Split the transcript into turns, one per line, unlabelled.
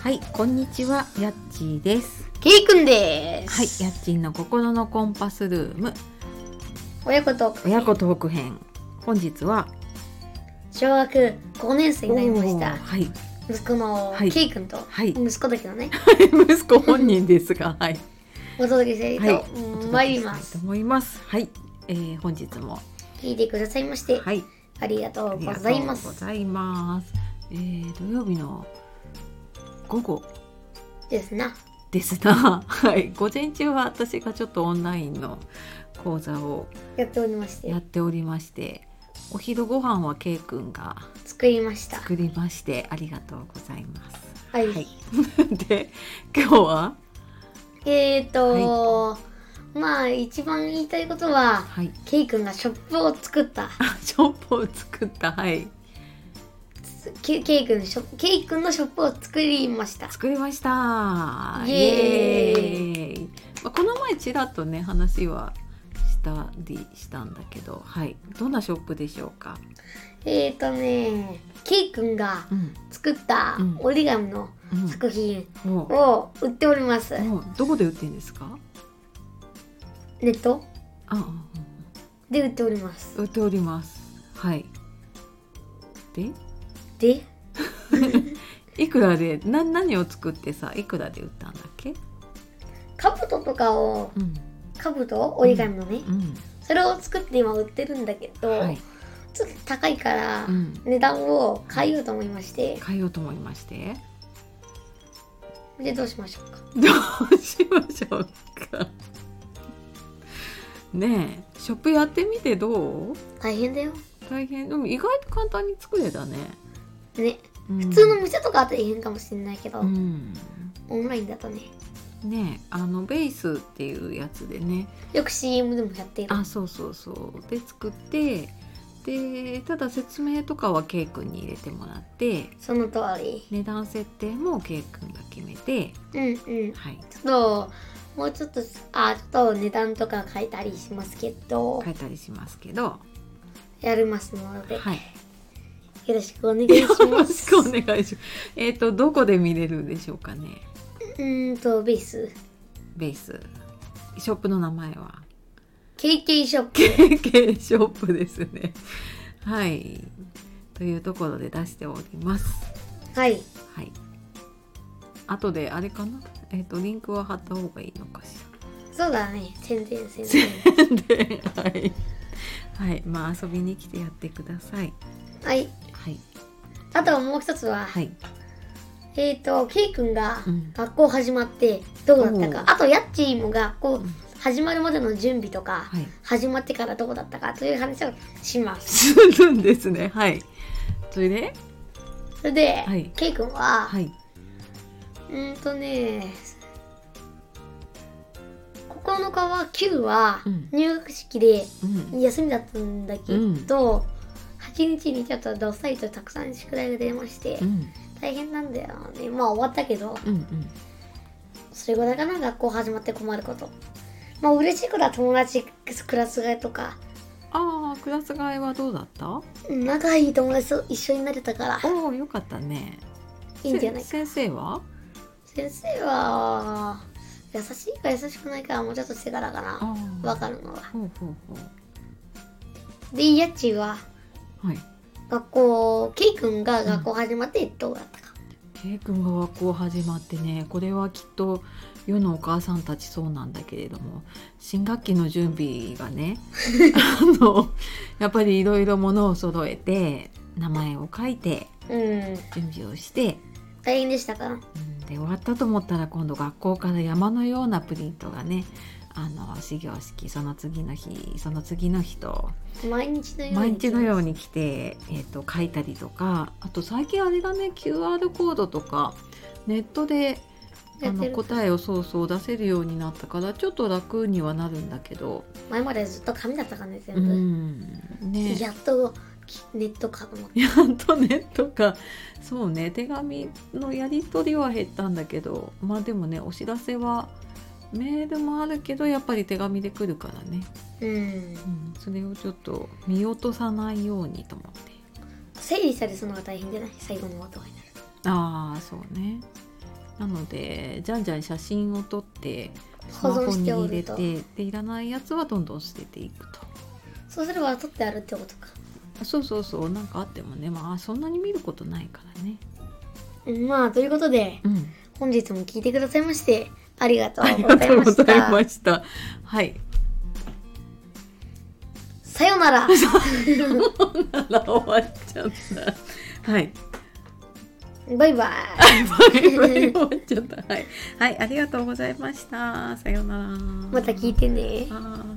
はい、こんにちは、やっちーです。
ケイくんで
はい、
す。
やっちーの心のコンパスルーム
親子と
親子トーク編。本日は
小学5年生になりまし
おー
た。
はい、
息子の
はい
ケイくんと、
はい、
息子だけどね、
息子本人です が、はい、
お届けしたい
はい
と参りま
お届けしたい
す
と。思います。はい、えー、本日も
聞いてくださいまして、
はい、
ありがと
あ
う
り
ご
がと
ざいま
うご
す。
ざいます。えー、土曜日の午後
ですな。
ですな。 はい、午前中は私がちょっとオンラインの講座を
やっておりまして
やっ、ておりまして、お昼ご飯は K 君が
作りました。
作りましてありがとうございます。
はい。
はい。 で今日は
えーと、まあ一番言いたいことは、
はい
ケイくんがショップを作った。
あショップを作ったはい
ケイケイくんのショップケイくんのショップを作りました。
作りました。
イエー
イエーイまあこの前ちらっとね話はしたりしたんだけどはいどんなショップでしょうか。
えーとね、ケイくんが
うん
作った
うん
折り紙の
う
作品
んも
を売っております。
うもうどこで売ってんですか。
ネット
ああ
で売っております。
売っております。はい。で
で、
いくらでな何を作ってさいくらで売ったんだっけ。
兜とかを、
うん
兜折り紙のね、
う
それを作って今売ってるんだけど、
んはい。
ちょっと高いから
うん
値段を変えようと思いまして、
変えようと思いまして
でどうしましょうか。
どうしましょうかねえショップやってみてどう
大変だよ。
大変でも意外と簡単に作れたね、
ね、
うん
普通の店とかは大変かもしれないけど、
うん
オンラインだとね、
ねえあのベースっていうやつでね
よく CM でもやっている。
あそうそうそうで作ってでただ説明とかは K 君に入れてもらって
その通り。
値段設定も K 君が決めて
うんうん。
はい
ちょっともうちょっとあちょっと値段とか変えたりしますけど
変えたりしますけど
やりますので、
はい
よろしくお願いします。
よろしくお願いします。えっ、とどこで見れるんでしょうかね。
うーんとベース
ベースショップの名前は
KK ショップ
KK ショップですね。はい。というところで出しております。
はい
はい。後であれかな。えっ、とリンクは貼った方がいいのかし
そうだね宣伝宣伝
ら。 で、はい。はい、まあ遊びに来てやってください。
はい
はい。
あともう一つは、
はい。
えっ、ー、と K 君が
うん
学校始まってどうだったか、
おう
あとやっちーも学校
ん
始まるまでの準備とか、
はい。
始まってからどうだったかという話をします
するんですね。はい。それで、
それで、
はい
K 君は、
はい。
うーんとね9日は9は
うん
入学式で
うん。
休みだったんだけど、8日にちょっとどっさりとたくさん宿題が出まして、
うん。
大変なんだよねまあ終わったけど
うん。うん。
それぐらいかな学校始まって困ることまあ嬉しいことは友達クラス替えとか
ああクラス替えはどうだった
仲いい友達と一緒になれたから
おおよかったね
いいんじゃないか
せ先生は
先生は優しいか優しくないかはもうちょっとしてからかな
あ
わかるのは
ほうほうほ
でやっちーは
うはい
学校ケイ君が学校始まってどうだったか、
圭君が学校始まってねこれはきっと世のお母さんたちそうなんだけれども新学期の準備が ねあのやっぱりいろいろものを揃えて名前を書いて
うん
準備をして
大変でしたから
うんで終わったと思ったら今度学校から山のようなプリントがねあの始業式その次の日その次の日と
毎日のように
毎日のように来て、えー、と書いたりとかあと最近あれだね QR コードとかネットであ
やって
の
る
答えをそうそう出せるようになったからちょっと楽にはなるんだけど、
前までずっと紙だったからね全
う
部、
んね、や
やっときネットかと思って
っとねとかそうね手紙のやり取りは減ったんだけどまあでもねお知らせはメールもあるけどやっぱり手紙で来るからね、
うん
うん、それをちょっと見落とさないようにと思って。
整理したりするのが大変じゃない最後の音がになる
ああそうねなのでじゃんじゃん写真を撮ってス
保
マホ
存し
に
てお
入れ
ると
てでいらないやつはどんどん捨てていくと。
そうすれば取ってあるってことか
そうそうそうなんかあってもねまあそんなに見ることないからね。
まあということで
うん、
本日も聞いてくださいましてありがとう
あり
ご
が
ざ
と
いう
ご
まし
ざいま
た
した。はい。
さよなら
なら終わっちゃった。はい。
バイバイ
はい終わっちゃった。はい。はい、ありがとうございました。さようなら。
また聞いてね
はーい